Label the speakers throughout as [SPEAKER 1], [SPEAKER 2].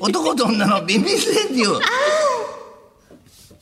[SPEAKER 1] 男と女のビンビン電流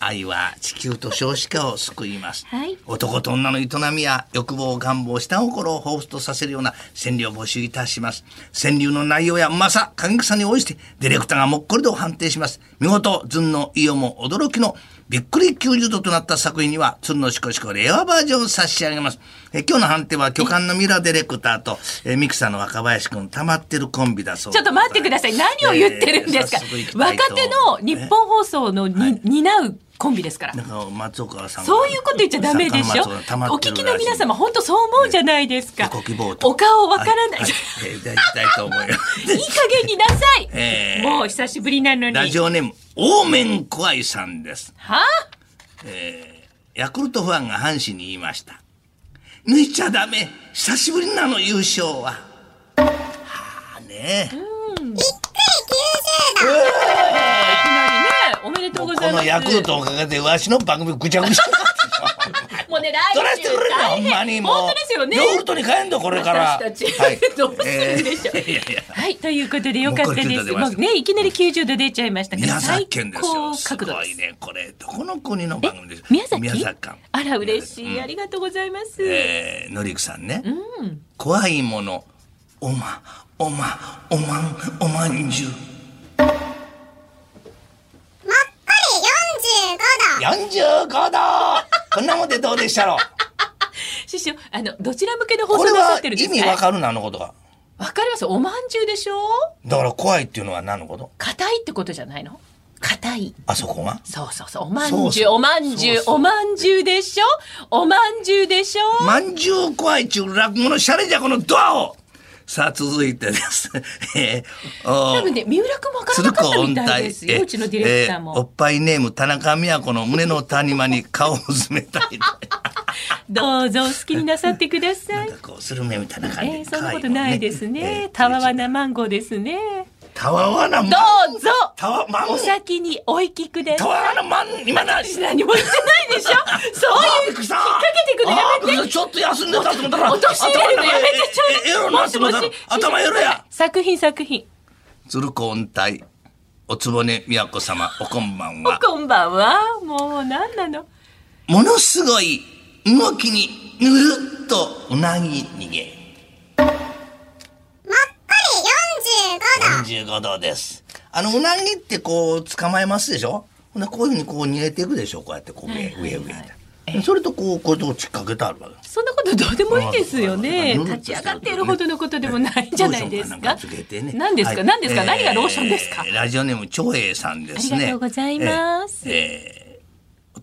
[SPEAKER 1] 愛は地球と少子化を救います、
[SPEAKER 2] はい
[SPEAKER 1] 男と女の営みや欲望願望下心を彷彿とさせるような川柳を募集いたします川柳の内容やうまさ過激さに応じてディレクターがもっこりと判定します見事ずんの伊予も驚きのびっくり90度となった作品には、鶴のしこしこ令和バージョンを差し上げます。え今日の判定は巨漢のミラディレクターと、えミクさんの若林くん、溜まってるコンビだそう
[SPEAKER 2] ちょっと待ってください。何を言ってるんですか。若手の日本放送のに、担うコンビですから
[SPEAKER 1] な。んか松岡さんが
[SPEAKER 2] そういうこと言っちゃダメでしょ。お聞きの皆様、本当そう思うじゃないですか。
[SPEAKER 1] ご希望と
[SPEAKER 2] お顔わからない。
[SPEAKER 1] はいいはいえーいただきたいと思います
[SPEAKER 2] い加減になさい。
[SPEAKER 1] えー
[SPEAKER 2] もう久しぶりなのに。
[SPEAKER 1] ラジオネームオーメンコアイさんです
[SPEAKER 2] はあ
[SPEAKER 1] ヤクルトファンが阪神に言いました抜いちゃダメ久しぶりなの優勝ははあねえ
[SPEAKER 2] いきなりね、おめでとうござ
[SPEAKER 1] こ
[SPEAKER 2] います。
[SPEAKER 1] のヤクルトのおかげでわしの番組ぐちゃぐちゃになってるよ
[SPEAKER 2] もうね、
[SPEAKER 1] どら
[SPEAKER 2] 来
[SPEAKER 1] し
[SPEAKER 2] 週
[SPEAKER 1] てくれんだ
[SPEAKER 2] 大
[SPEAKER 1] ほん
[SPEAKER 2] 変
[SPEAKER 1] まにもう
[SPEAKER 2] 本当ですよね。
[SPEAKER 1] ヨーグルトに変えんだこれから
[SPEAKER 2] 私たち、
[SPEAKER 1] はい
[SPEAKER 2] どうするんでしょう。
[SPEAKER 1] えーいやいや
[SPEAKER 2] はい、ということでよかったで
[SPEAKER 1] もうこれ90度
[SPEAKER 2] す。
[SPEAKER 1] 出
[SPEAKER 2] も
[SPEAKER 1] ま
[SPEAKER 2] う
[SPEAKER 1] した
[SPEAKER 2] ね、いきなり90度出ちゃいましたから、
[SPEAKER 1] 宮
[SPEAKER 2] 最
[SPEAKER 1] 崎県ですよ。
[SPEAKER 2] 高
[SPEAKER 1] す
[SPEAKER 2] 角度
[SPEAKER 1] ご
[SPEAKER 2] で
[SPEAKER 1] い
[SPEAKER 2] す。
[SPEAKER 1] ね、これ、どこの国の番組です。
[SPEAKER 2] 宮崎
[SPEAKER 1] 宮崎県。
[SPEAKER 2] あら、嬉しい、
[SPEAKER 1] うん
[SPEAKER 2] ありがとうございます。
[SPEAKER 1] えー、のりくさんね。怖いもの。おま、おま、おまん、おまんじゅう。
[SPEAKER 3] もっこり45度。
[SPEAKER 1] 四十五度。こんなもんでどうでした ろう。
[SPEAKER 2] 師匠、あの、どちら向けの放
[SPEAKER 1] これ
[SPEAKER 2] 送なさ
[SPEAKER 1] は
[SPEAKER 2] ってるんで
[SPEAKER 1] 意
[SPEAKER 2] す
[SPEAKER 1] 味わ
[SPEAKER 2] か
[SPEAKER 1] かるな、あのことが。
[SPEAKER 2] わかりますおまんじゅうでしょ
[SPEAKER 1] だから怖いっていうのは何のこと
[SPEAKER 2] 硬いってことじゃないの硬い。
[SPEAKER 1] あそこが。
[SPEAKER 2] そうそうそう。おま
[SPEAKER 1] そ
[SPEAKER 2] ん
[SPEAKER 1] う
[SPEAKER 2] じゅ、
[SPEAKER 1] そうう
[SPEAKER 2] おまんじゅう
[SPEAKER 1] そう、そう
[SPEAKER 2] おまんじゅうでしょおまんじゅうでしょ
[SPEAKER 1] まんじゅう怖いっちゅう落語のシャレじゃ、このドアを。さあ、続いてです。 えー、お
[SPEAKER 2] 多分ね、三浦君もわから
[SPEAKER 1] 鶴
[SPEAKER 2] なか
[SPEAKER 1] 子
[SPEAKER 2] ったみ
[SPEAKER 1] 音
[SPEAKER 2] た
[SPEAKER 1] 体
[SPEAKER 2] いですよ。うちのディレクターも。
[SPEAKER 1] ええおっぱいネーム田中美也子の胸の谷間に顔をうずめた い
[SPEAKER 2] どうぞお好きになさってくださ
[SPEAKER 1] なん
[SPEAKER 2] い。
[SPEAKER 1] かこうスルメみたいな感じ
[SPEAKER 2] えー、
[SPEAKER 1] 可
[SPEAKER 2] そんな
[SPEAKER 1] 愛
[SPEAKER 2] こ
[SPEAKER 1] も
[SPEAKER 2] と
[SPEAKER 1] ん
[SPEAKER 2] ないですね。たわわなマンゴーですね。
[SPEAKER 1] たわわなど
[SPEAKER 2] どうぞ
[SPEAKER 1] たわまん
[SPEAKER 2] お先にお行きくだ
[SPEAKER 1] た
[SPEAKER 2] さい。
[SPEAKER 1] わわなまん今な
[SPEAKER 2] 私何も言ってないで しょそういう、引っ掛けてくのやめて。
[SPEAKER 1] めてちょっと休んでたと思ったら
[SPEAKER 2] お年入れるのやめてちょ
[SPEAKER 1] ええエロなってもたら頭エロや
[SPEAKER 2] 作品作品。
[SPEAKER 1] 鶴子音体おつぼね美也子様おこんばん
[SPEAKER 2] お
[SPEAKER 1] は
[SPEAKER 2] こんばんは。もう何なの
[SPEAKER 1] ものすごい動きにぬるっとうなぎ逃げ
[SPEAKER 3] もっこり45度。
[SPEAKER 1] 45度です。あの、うなぎってこう、捕まえますでしょほんでこういうふうにこう、逃げていくでしょこうやって、こう、上、上、上で。それとこう、こういうとこ突っかけてあるわけです。
[SPEAKER 2] そんなことどうでもいいですよね。
[SPEAKER 1] うん
[SPEAKER 2] 立ち上がっているほどのことでもないじゃないです
[SPEAKER 1] ロー
[SPEAKER 2] か
[SPEAKER 1] ションなんつけてね。
[SPEAKER 2] 何です
[SPEAKER 1] は
[SPEAKER 2] か
[SPEAKER 1] い
[SPEAKER 2] 何ですか
[SPEAKER 1] えー
[SPEAKER 2] 何がローションですか
[SPEAKER 1] ラジオネーム、長英さんですね。
[SPEAKER 2] ありがとうございます
[SPEAKER 1] えーえ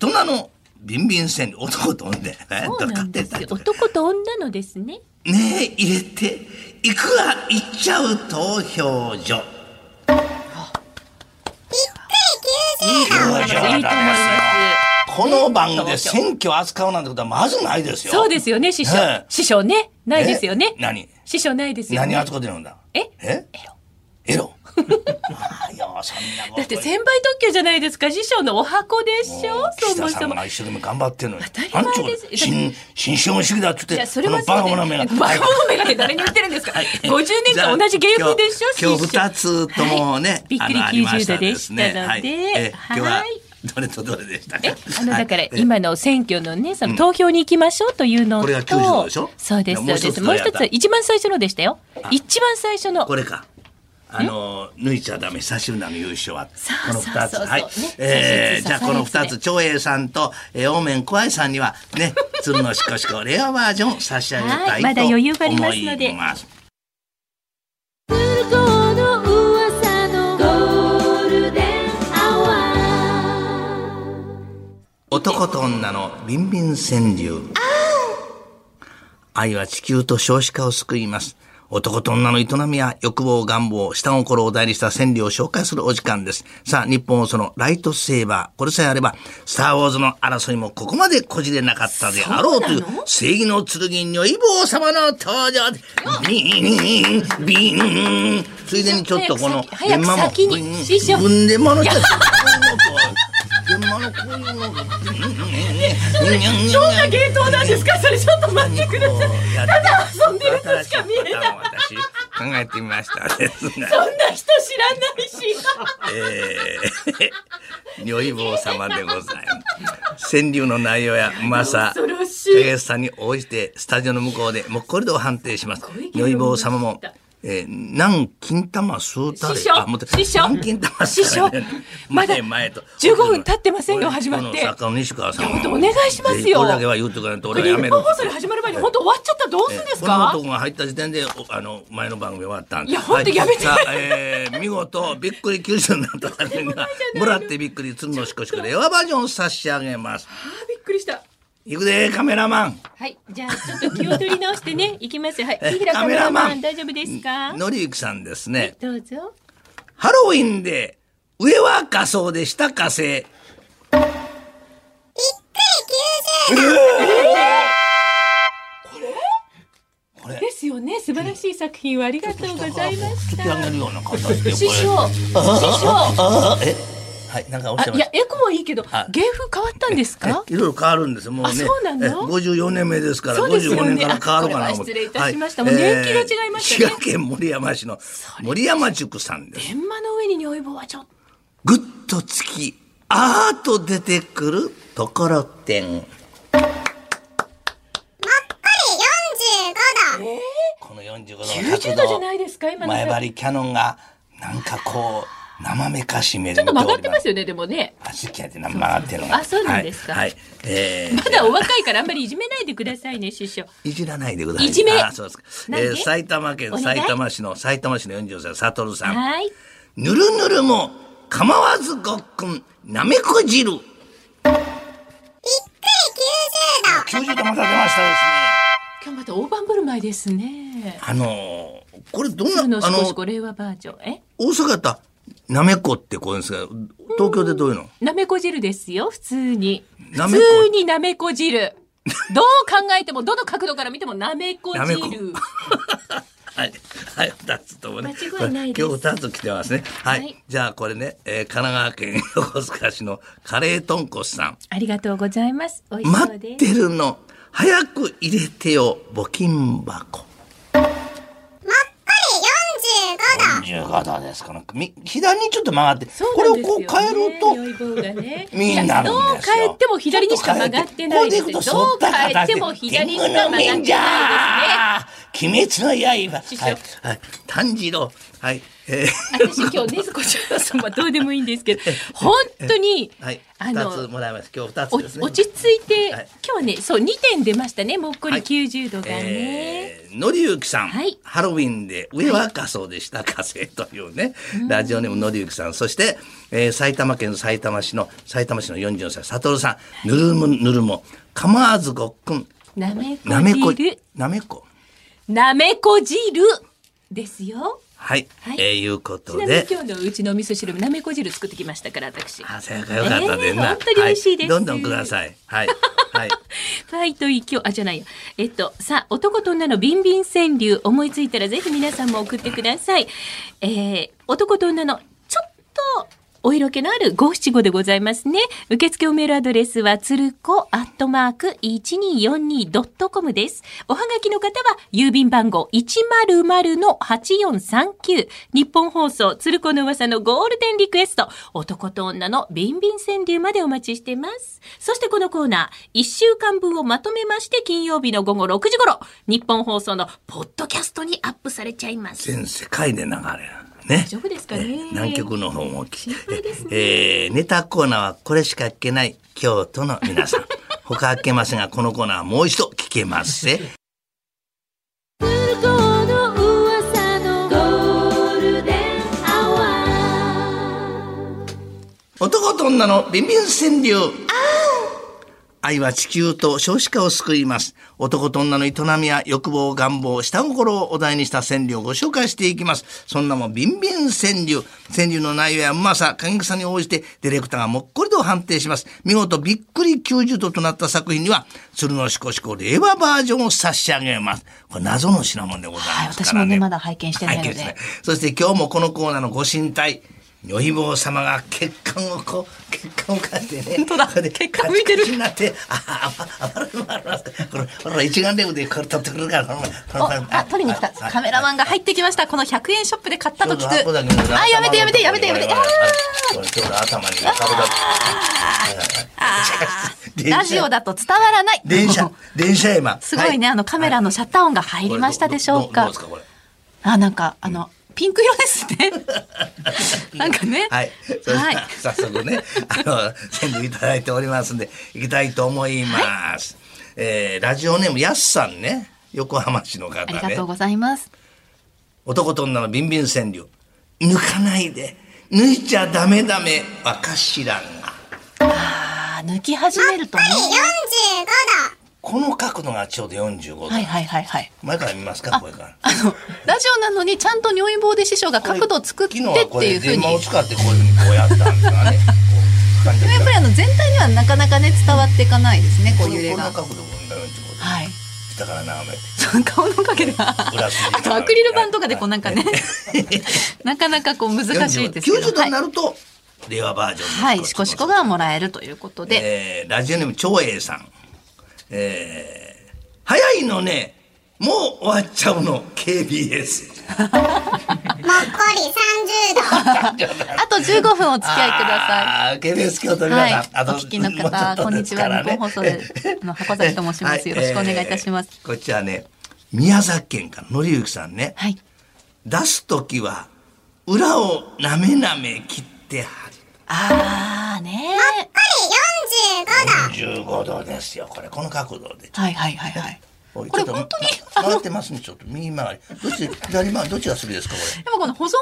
[SPEAKER 1] ー大人のビンビン戦、男と女。え
[SPEAKER 2] そう
[SPEAKER 1] ー
[SPEAKER 2] なんです
[SPEAKER 1] 買
[SPEAKER 2] よ
[SPEAKER 1] っ。てたりとか
[SPEAKER 2] 男と女のですね。
[SPEAKER 1] ねえ、入れて、いくわ、いっちゃう投票所。
[SPEAKER 2] いいと
[SPEAKER 1] いい投票所
[SPEAKER 2] 思います。
[SPEAKER 1] この番組で選挙を扱うなんてことはまずないですよ。
[SPEAKER 2] そうですよね、師匠
[SPEAKER 1] ええ。
[SPEAKER 2] 師匠ね。ないですよね
[SPEAKER 1] え。何
[SPEAKER 2] 師匠ないですよ
[SPEAKER 1] 何
[SPEAKER 2] ね。
[SPEAKER 1] 扱ってるんだ
[SPEAKER 2] え
[SPEAKER 1] えエロああよそんなこと
[SPEAKER 2] だって先輩特許じゃないですか。師匠のお箱でし
[SPEAKER 1] もう
[SPEAKER 2] ょ
[SPEAKER 1] 岸
[SPEAKER 2] そも
[SPEAKER 1] 田さ
[SPEAKER 2] そ
[SPEAKER 1] ん
[SPEAKER 2] も
[SPEAKER 1] が。一生懸命頑張ってるのに
[SPEAKER 2] 当たり前
[SPEAKER 1] なんちゅうこと
[SPEAKER 2] です
[SPEAKER 1] 新新資本主義だっつって
[SPEAKER 2] いや、それは
[SPEAKER 1] このバカ
[SPEAKER 2] そう
[SPEAKER 1] 者めが
[SPEAKER 2] です。バカ者めがね、誰に言ってるんですか。50年間同じ芸風でしょ、
[SPEAKER 1] じゃあ今日
[SPEAKER 2] 師匠
[SPEAKER 1] 今日二つともね、
[SPEAKER 2] はいびっくり
[SPEAKER 1] あのあま
[SPEAKER 2] 90度
[SPEAKER 1] で
[SPEAKER 2] ですし
[SPEAKER 1] ね
[SPEAKER 2] たの
[SPEAKER 1] はい
[SPEAKER 2] で
[SPEAKER 1] え、今日は
[SPEAKER 2] はい
[SPEAKER 1] どれとどれでしたか
[SPEAKER 2] えあの
[SPEAKER 1] はい
[SPEAKER 2] だから
[SPEAKER 1] え
[SPEAKER 2] 今の選挙のねその投票に行きましょうというのと、
[SPEAKER 1] これが90度でしょ
[SPEAKER 2] そうですそ
[SPEAKER 1] い
[SPEAKER 2] う
[SPEAKER 1] や
[SPEAKER 2] です
[SPEAKER 1] も
[SPEAKER 2] も
[SPEAKER 1] う
[SPEAKER 2] う
[SPEAKER 1] 一つ
[SPEAKER 2] 一つ一番最初のでしたよ一番最初の
[SPEAKER 1] これか。あの抜いちゃダメ久しぶりの優勝は
[SPEAKER 2] そう
[SPEAKER 1] この
[SPEAKER 2] そう
[SPEAKER 1] 二つ
[SPEAKER 2] そうそう
[SPEAKER 1] はい
[SPEAKER 2] ね
[SPEAKER 1] え
[SPEAKER 2] 差
[SPEAKER 1] ー
[SPEAKER 2] し
[SPEAKER 1] じゃあこの二つ
[SPEAKER 2] 差
[SPEAKER 1] 長英さんとえーオーメン小愛さんにはね鶴のしこしこレアバージョン差し上げたいと思
[SPEAKER 2] はいいま
[SPEAKER 1] ま
[SPEAKER 2] すだ余裕がありますので
[SPEAKER 1] 男と女のビンビン川柳愛は地球と少子化を救います男と女の営みや欲望願望下心を代理した川柳を紹介するお時間ですさあ日本放送のライトセーバーこれさえあればスター・ウォーズの争いもここまでこじれなかったであろうという
[SPEAKER 2] そうなの
[SPEAKER 1] 正義の剣女イボ様の登場ビーンビーンついでにちょっとこの
[SPEAKER 2] 早く先早く先に
[SPEAKER 1] ブン
[SPEAKER 2] 師匠
[SPEAKER 1] ブンでものちゃって現場のこういうのが
[SPEAKER 2] どんな芸当なんですかそれちょっと待ってくださいただ遊んでるとしか見えない
[SPEAKER 1] 私考えてみましたですが
[SPEAKER 4] そんな人知らないし。
[SPEAKER 1] えー、 如意棒様でござ います。川柳の内容やうまさ、
[SPEAKER 4] 恐ろしい
[SPEAKER 1] 影さんに応じて、スタジオの向こうでもっこりと判定します
[SPEAKER 4] すごい。議
[SPEAKER 1] 如
[SPEAKER 4] 論
[SPEAKER 1] 意棒様も
[SPEAKER 4] でした、
[SPEAKER 1] えー、南金玉数たれ。
[SPEAKER 4] 師匠
[SPEAKER 1] あ、って、
[SPEAKER 4] 師匠
[SPEAKER 1] 南金玉数 たれ
[SPEAKER 4] 師匠。まだ
[SPEAKER 1] 前へ前へと。
[SPEAKER 4] 15分経ってませんよ
[SPEAKER 1] これ
[SPEAKER 4] 始まっ
[SPEAKER 1] こ
[SPEAKER 4] て
[SPEAKER 1] の作家の西川さん。
[SPEAKER 4] 本当お願いします
[SPEAKER 1] ぜ
[SPEAKER 4] よ
[SPEAKER 1] ひこれだけは言うとかないと
[SPEAKER 4] こ
[SPEAKER 1] 俺は
[SPEAKER 4] れ
[SPEAKER 1] や
[SPEAKER 4] 日
[SPEAKER 1] める
[SPEAKER 4] 本。放送で始まる前に本当終わっちゃったらどうするんです
[SPEAKER 1] この
[SPEAKER 4] か
[SPEAKER 1] 男が入った時点でおあの前の番組終わったんで
[SPEAKER 4] いや本当やめて
[SPEAKER 1] はいさあえー見事びっくり九州にな った作品がもらってびっくり鶴のしこしこでエアバージョンを差し上げます
[SPEAKER 4] あーびっくりした。
[SPEAKER 1] いくでカメラマン
[SPEAKER 4] はい、じゃあちょっと気を取り直して ね、いきますよ。はい、
[SPEAKER 1] え
[SPEAKER 4] 木平カメラマン、大丈夫ですか。
[SPEAKER 1] のりゆきさんですね
[SPEAKER 4] どうぞ。
[SPEAKER 1] ハロウィンで上は仮装で下火星
[SPEAKER 2] びっくり90度
[SPEAKER 1] これ
[SPEAKER 4] ですよね、素晴らしい作品をありがとうございま
[SPEAKER 1] 引
[SPEAKER 4] し
[SPEAKER 1] き上げ
[SPEAKER 4] た。
[SPEAKER 1] るような形でこれ
[SPEAKER 4] 師 匠、師匠。
[SPEAKER 1] ああえはいなんかおっし
[SPEAKER 4] あ
[SPEAKER 1] ゃい、ま
[SPEAKER 4] い
[SPEAKER 1] した
[SPEAKER 4] や、エコはいいけど、
[SPEAKER 1] あ
[SPEAKER 4] 芸風変わったんですか。
[SPEAKER 1] いろいろ変わるんですよもうね
[SPEAKER 4] あそうなの
[SPEAKER 1] え54年目ですから
[SPEAKER 4] そうですよね
[SPEAKER 1] 55年から変わるかな
[SPEAKER 4] あ
[SPEAKER 1] 思
[SPEAKER 4] これ
[SPEAKER 1] って
[SPEAKER 4] は失礼いたしました
[SPEAKER 1] は
[SPEAKER 4] もう年季が違いまし
[SPEAKER 1] 滋
[SPEAKER 4] たね
[SPEAKER 1] 賀県森山市の森山塾さんです
[SPEAKER 4] 天満の上に尿意棒はちょっと。
[SPEAKER 1] ぐっとつきあーっと出てくるところてん
[SPEAKER 2] まっこり45度
[SPEAKER 1] この45度
[SPEAKER 4] 90
[SPEAKER 1] の
[SPEAKER 4] 度
[SPEAKER 1] 角
[SPEAKER 4] じゃない
[SPEAKER 1] 度
[SPEAKER 4] ですか、今の。
[SPEAKER 1] 前
[SPEAKER 4] ちょ
[SPEAKER 1] 張りキャノンがなんかこう斜めかしめる
[SPEAKER 4] っと曲がってます
[SPEAKER 1] よ
[SPEAKER 4] よね、でもね。
[SPEAKER 1] 足きやってな曲がってるのが
[SPEAKER 4] あそうなんですか
[SPEAKER 1] はい、はいえー
[SPEAKER 4] まだお若いから、あんまりいじめないでくださいね、師匠。
[SPEAKER 1] いじらないでください。
[SPEAKER 4] いじめ
[SPEAKER 1] あそうですか。
[SPEAKER 4] なん
[SPEAKER 1] え
[SPEAKER 4] で
[SPEAKER 1] ー埼玉県
[SPEAKER 4] お願い
[SPEAKER 1] 埼玉市の埼玉市の四十歳サトルさん。
[SPEAKER 4] はい。
[SPEAKER 1] ぬるぬるも構わずごっくんなめこ汁。
[SPEAKER 2] びっくり90度
[SPEAKER 1] 九十度また出ましたですね。
[SPEAKER 4] 今日また大盤振る舞いですね。
[SPEAKER 1] あのーこれど
[SPEAKER 4] 鶴
[SPEAKER 1] んな
[SPEAKER 4] の
[SPEAKER 1] あ
[SPEAKER 4] しこし
[SPEAKER 1] の
[SPEAKER 4] こ令和バージョン。え
[SPEAKER 1] 大阪やったらなめこってこうですが東京でどういうの？
[SPEAKER 4] なめこ汁ですよ、普通に。
[SPEAKER 1] な
[SPEAKER 4] 普
[SPEAKER 1] めこ
[SPEAKER 4] 通になめこ汁。どう考えても、どの角度から見てもなめこ
[SPEAKER 1] なめこ
[SPEAKER 4] 汁。
[SPEAKER 1] はい、はい、二つともね。
[SPEAKER 4] 間違いないです
[SPEAKER 1] これ今日二つ来てますね。はい、
[SPEAKER 4] はい
[SPEAKER 1] じゃあこれね、えー神奈川県横須賀市の カレー豚骨さん。
[SPEAKER 4] ありがとうございます。美味しそ
[SPEAKER 1] 待
[SPEAKER 4] う
[SPEAKER 1] っ
[SPEAKER 4] です。
[SPEAKER 1] てるの早く入れてよ募金
[SPEAKER 2] ま
[SPEAKER 1] 箱
[SPEAKER 2] っこり45度
[SPEAKER 1] 45度ですこのみ左にちょっと曲がって
[SPEAKER 4] そう
[SPEAKER 1] これ
[SPEAKER 4] な
[SPEAKER 1] を
[SPEAKER 4] んです
[SPEAKER 1] こ
[SPEAKER 4] よ、
[SPEAKER 1] う変
[SPEAKER 4] ね。
[SPEAKER 1] えると。
[SPEAKER 4] 良い棒がね
[SPEAKER 1] 右になるんですよ
[SPEAKER 4] いやどう変えても左にしか曲がってないですね。どう
[SPEAKER 1] ちょっと変え
[SPEAKER 4] 変え
[SPEAKER 1] て
[SPEAKER 4] て
[SPEAKER 1] こ
[SPEAKER 4] も
[SPEAKER 1] うでいくと反った形
[SPEAKER 4] 左にしか曲がってな
[SPEAKER 1] 天狗
[SPEAKER 4] い
[SPEAKER 1] の忍
[SPEAKER 4] で
[SPEAKER 1] 者
[SPEAKER 4] すね。
[SPEAKER 1] 鬼滅の刃
[SPEAKER 4] 師匠
[SPEAKER 1] はい、はい、炭治郎はいえ
[SPEAKER 4] 私今日ねずこちゃんさんはどうでもいいんで すけど、本当に、
[SPEAKER 1] ー、はい
[SPEAKER 4] あ
[SPEAKER 1] 二つ
[SPEAKER 4] の。
[SPEAKER 1] もらいます今日二つ
[SPEAKER 4] お
[SPEAKER 1] ですね
[SPEAKER 4] 落ち着いて、
[SPEAKER 1] はい
[SPEAKER 4] 今日ねそう2点出ましたねもっこ
[SPEAKER 1] は
[SPEAKER 4] り
[SPEAKER 1] い
[SPEAKER 4] 90度がね、
[SPEAKER 1] えーのりゆきさん、
[SPEAKER 4] はい
[SPEAKER 1] ハロウィンで上は仮装でした仮装というね、ラジオネームのりゆきさんそして、えー埼玉県埼玉市の埼玉市の44歳さとるさんぬるむぬるも構わずごっくん
[SPEAKER 4] なめこ
[SPEAKER 1] なめこ
[SPEAKER 4] 汁
[SPEAKER 1] なめこ
[SPEAKER 4] なめこ汁ですよ
[SPEAKER 1] はい、
[SPEAKER 4] はい
[SPEAKER 1] えーいうこ
[SPEAKER 4] ち
[SPEAKER 1] と
[SPEAKER 4] なみに
[SPEAKER 1] で。
[SPEAKER 4] 今日のうちのお味噌汁なめこ汁作ってきましたから私
[SPEAKER 1] あ、正解よかったで
[SPEAKER 4] えー
[SPEAKER 1] な、
[SPEAKER 4] 本当に美味しいです
[SPEAKER 1] はどんどんください。はい。 はい。
[SPEAKER 4] ファイト勢あじゃないやえっとさあ男と女のビンビン川柳思いついたらぜひ皆さんも送ってください、えー、男と女のちょっとお色気のある五七五でございますね。受付おメールアドレスは、つるこアットマーク 1242.com です。おはがきの方は、郵便番号100-8439。日本放送、つるこの噂のゴールデンリクエスト。男と女のビンビン川柳までお待ちしてます。そしてこのコーナー、1週間分をまとめまして、金曜日の午後6時頃、日本放送のポッドキャストにアップされちゃいます。
[SPEAKER 1] 全世界で流れる。ね
[SPEAKER 4] 大。丈夫ですかね、
[SPEAKER 1] 南極の方も聞
[SPEAKER 4] 心配ですね
[SPEAKER 1] えーネタコーナーはこれしか聞けない京都の皆さん。他は聞けませんが、このコーナーはもう一度聞けますぜ。男と女のビンビン川柳。愛は地球と少子化を救います。男と女の営みや欲望、願望、下心をお題にした川柳をご紹介していきます。そんなもんビンビン川柳。川柳の内容やうまさ、過激さに応じてディレクターがもっこりと判定します。見事びっくり90度となった作品には、鶴のしこしこ令和バージョンを差し上げます。これ謎の品物でございますからね。
[SPEAKER 4] はい私もねまだ拝見してないので
[SPEAKER 1] 拝見そして今日もこのコーナーのご神体、おひぼう様が血管をこう血管をかってね
[SPEAKER 4] 本当だ
[SPEAKER 1] これで
[SPEAKER 4] 血管浮いて
[SPEAKER 1] カチカ
[SPEAKER 4] る
[SPEAKER 1] チになってあああば暴れ回りますからこれほら一眼レフでこれ撮ってくるからほらほら
[SPEAKER 4] お
[SPEAKER 1] ほら
[SPEAKER 4] あ、取りに来た。
[SPEAKER 1] はい
[SPEAKER 4] カメラマンが入ってきました。この100円ショップで買ったと聞く。あ、やめてやめてやめてやめて。
[SPEAKER 1] あ
[SPEAKER 4] あ
[SPEAKER 1] これちょうど頭にかぶ
[SPEAKER 4] ー
[SPEAKER 1] 電車
[SPEAKER 4] ラジオだと伝わらない。
[SPEAKER 1] 電車電車今
[SPEAKER 4] すごいね、
[SPEAKER 1] は
[SPEAKER 4] あのカメラのシャッター音が入りましたでしょう
[SPEAKER 1] ど
[SPEAKER 4] か
[SPEAKER 1] どどうで。すかこれ
[SPEAKER 4] あ、なんか、あの、ピンク色です ね。なんかね。
[SPEAKER 1] はい。それでは
[SPEAKER 4] はい
[SPEAKER 1] 早速ね、あの、全部いただいておりますんで、行きたいと思います。えーラジオネーム、やすさんね。横浜市の方
[SPEAKER 4] ありが
[SPEAKER 1] ね
[SPEAKER 4] とう。ございます。
[SPEAKER 1] 男と女のビンビン川柳。抜かないで。抜いちゃダメダメ。若知らんが。
[SPEAKER 4] あー、抜き始めるとね。
[SPEAKER 2] 45度。
[SPEAKER 1] この角度がちょうど45度。
[SPEAKER 4] はいはいはいはい。
[SPEAKER 1] 前から見ますか、これから。
[SPEAKER 4] あの、ラジオなのにちゃんと尿意棒で師匠が角度を作ってって
[SPEAKER 1] 昨日はこ
[SPEAKER 4] い
[SPEAKER 1] れ
[SPEAKER 4] うふう
[SPEAKER 1] 電
[SPEAKER 4] に。
[SPEAKER 1] 話を使ってこういうふうにこうやったんですがね。こう感じ
[SPEAKER 4] でも
[SPEAKER 1] で
[SPEAKER 4] やっぱりあの全体にはなかなかね伝わっていかないですねこう揺れ
[SPEAKER 1] この
[SPEAKER 4] が
[SPEAKER 1] 角度をだよってこと。
[SPEAKER 4] はい
[SPEAKER 1] 下から眺めて。
[SPEAKER 4] その顔の影が
[SPEAKER 1] 裏筋
[SPEAKER 4] あとアクリル板とかでこうなん かねなかなかこう難しいですけど
[SPEAKER 1] 90度
[SPEAKER 4] は
[SPEAKER 1] に
[SPEAKER 4] い
[SPEAKER 1] なると、令和バージョンの
[SPEAKER 4] はいシコシコがもらえるということで、
[SPEAKER 1] えーラジオネーム長英さん、えー早いのねもう終わっちゃうの KBS
[SPEAKER 2] もっこり30度。
[SPEAKER 4] あと15分お付き合いください
[SPEAKER 1] あー KBS 京都の
[SPEAKER 4] はい
[SPEAKER 1] 皆さん、あと
[SPEAKER 4] お聞きの
[SPEAKER 1] もうちょ
[SPEAKER 4] 方
[SPEAKER 1] っと
[SPEAKER 4] こんにちは
[SPEAKER 1] ですから
[SPEAKER 4] 日
[SPEAKER 1] ね
[SPEAKER 4] 本放送 での箱崎と申しますよろしくお願いいたします、
[SPEAKER 1] はいえーこっちはね宮崎県からのりゆきさんね、
[SPEAKER 4] はい
[SPEAKER 1] 出す時は裏をなめなめ切ってはる
[SPEAKER 4] あーね
[SPEAKER 2] もっこり45度。
[SPEAKER 1] 15度ですよこれこの角度で
[SPEAKER 4] はいはいはいはい
[SPEAKER 1] おい
[SPEAKER 4] これ
[SPEAKER 1] ちょっと
[SPEAKER 4] 本当にあの
[SPEAKER 1] 回ってますねちょっと右回りどっち左回りどっちが好きですかこれ
[SPEAKER 4] でもこの保存のね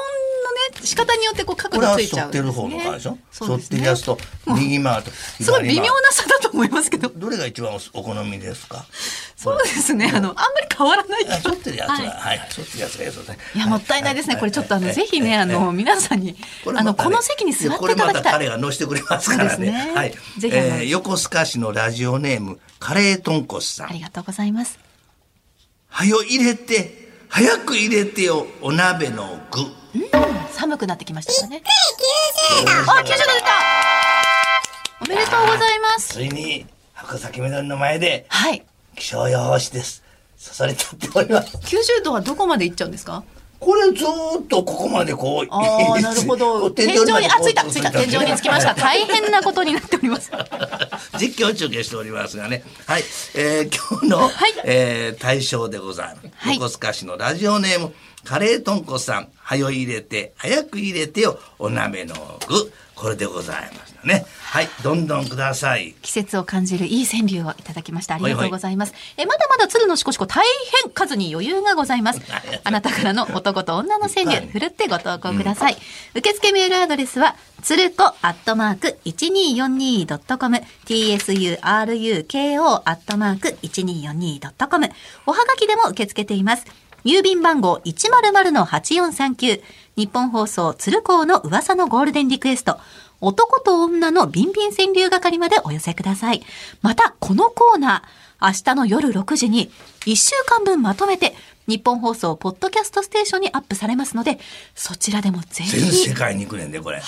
[SPEAKER 4] 仕方によってこう角
[SPEAKER 1] これ
[SPEAKER 4] 度
[SPEAKER 1] は
[SPEAKER 4] ついち
[SPEAKER 1] 反っ
[SPEAKER 4] ゃうん
[SPEAKER 1] て
[SPEAKER 4] です、ね、
[SPEAKER 1] る方のからでしょ
[SPEAKER 4] そう
[SPEAKER 1] 反
[SPEAKER 4] で
[SPEAKER 1] っ
[SPEAKER 4] す
[SPEAKER 1] て
[SPEAKER 4] ね
[SPEAKER 1] るやつと右回りと
[SPEAKER 4] すごい
[SPEAKER 1] 左回
[SPEAKER 4] 微
[SPEAKER 1] り
[SPEAKER 4] 妙な差だと思いますけど
[SPEAKER 1] どれが一番お好みですか
[SPEAKER 4] そうですね。あの、あんまり変わら ない
[SPEAKER 1] あ反ってるやつが
[SPEAKER 4] はい
[SPEAKER 1] はい反ってるやつがいいですね
[SPEAKER 4] いや、もったいないです ね。これちょっとあの、ぜひね、あの、皆さんに、
[SPEAKER 1] これ
[SPEAKER 4] あ
[SPEAKER 1] ま
[SPEAKER 4] の、
[SPEAKER 1] たね
[SPEAKER 4] この席に座っていただき
[SPEAKER 1] これまた
[SPEAKER 4] た
[SPEAKER 1] 彼
[SPEAKER 4] い。
[SPEAKER 1] が乗してくれますから
[SPEAKER 4] そう
[SPEAKER 1] ね
[SPEAKER 4] ですね
[SPEAKER 1] はい、
[SPEAKER 4] ぜひあの
[SPEAKER 1] えー横須賀市のラジオネームカレーとんこスさん
[SPEAKER 4] ありがとうございます。
[SPEAKER 1] はよ入れて早く入れてよお鍋の具
[SPEAKER 4] 寒くなってきましたからね。あ、90度出たおめでとうございます。
[SPEAKER 1] ついに箱崎みどりの前で
[SPEAKER 4] はい。
[SPEAKER 1] 気象予報士です。刺されたっております。
[SPEAKER 4] 90度はどこまで行っちゃうんですか
[SPEAKER 1] これずーっとここまでこう。
[SPEAKER 4] あ あ、なるほど。天井に、あ、ついた、ついた、天井につきま し
[SPEAKER 1] は
[SPEAKER 4] た。
[SPEAKER 1] い。
[SPEAKER 4] 大変なことになっており ます。
[SPEAKER 1] 実況中継しておりますがね。はい。えー、今日の、
[SPEAKER 4] はい
[SPEAKER 1] えー対象でございます。
[SPEAKER 4] はい
[SPEAKER 1] 横須賀市のラジオネーム、カレーとんこさん、はよ入れて、早く入れてよ、お鍋の具。これでございましたね。はい。どんどんください。
[SPEAKER 4] 季節を感じるいい川柳をいただきました。ありがとうございます。えまだまだ鶴のしこしこ大変数に余裕がございます。 あなたからの男と女の川
[SPEAKER 1] は
[SPEAKER 4] 柳、
[SPEAKER 1] い
[SPEAKER 4] ふるってご投稿ください。受付メールアドレスは、つるこアットマーク 1242.com、tsuruko アットマーク 1242.com。おはがきでも受け付けています。郵便番号100-8439。日本放送鶴光の噂のゴールデンリクエスト。男と女のビンビン川柳係までお寄せください。また、このコーナー、明日の夜6時に1週間分まとめて、日本放送ポッドキャストステーションにアップされますので、そちらでもぜ
[SPEAKER 1] 全世
[SPEAKER 4] ひ。
[SPEAKER 1] 界に行くねんで、これ。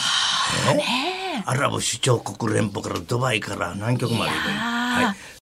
[SPEAKER 4] ねえ
[SPEAKER 1] アラブ首長国連邦からドバイから南極まで行く、
[SPEAKER 4] いやー
[SPEAKER 1] はい、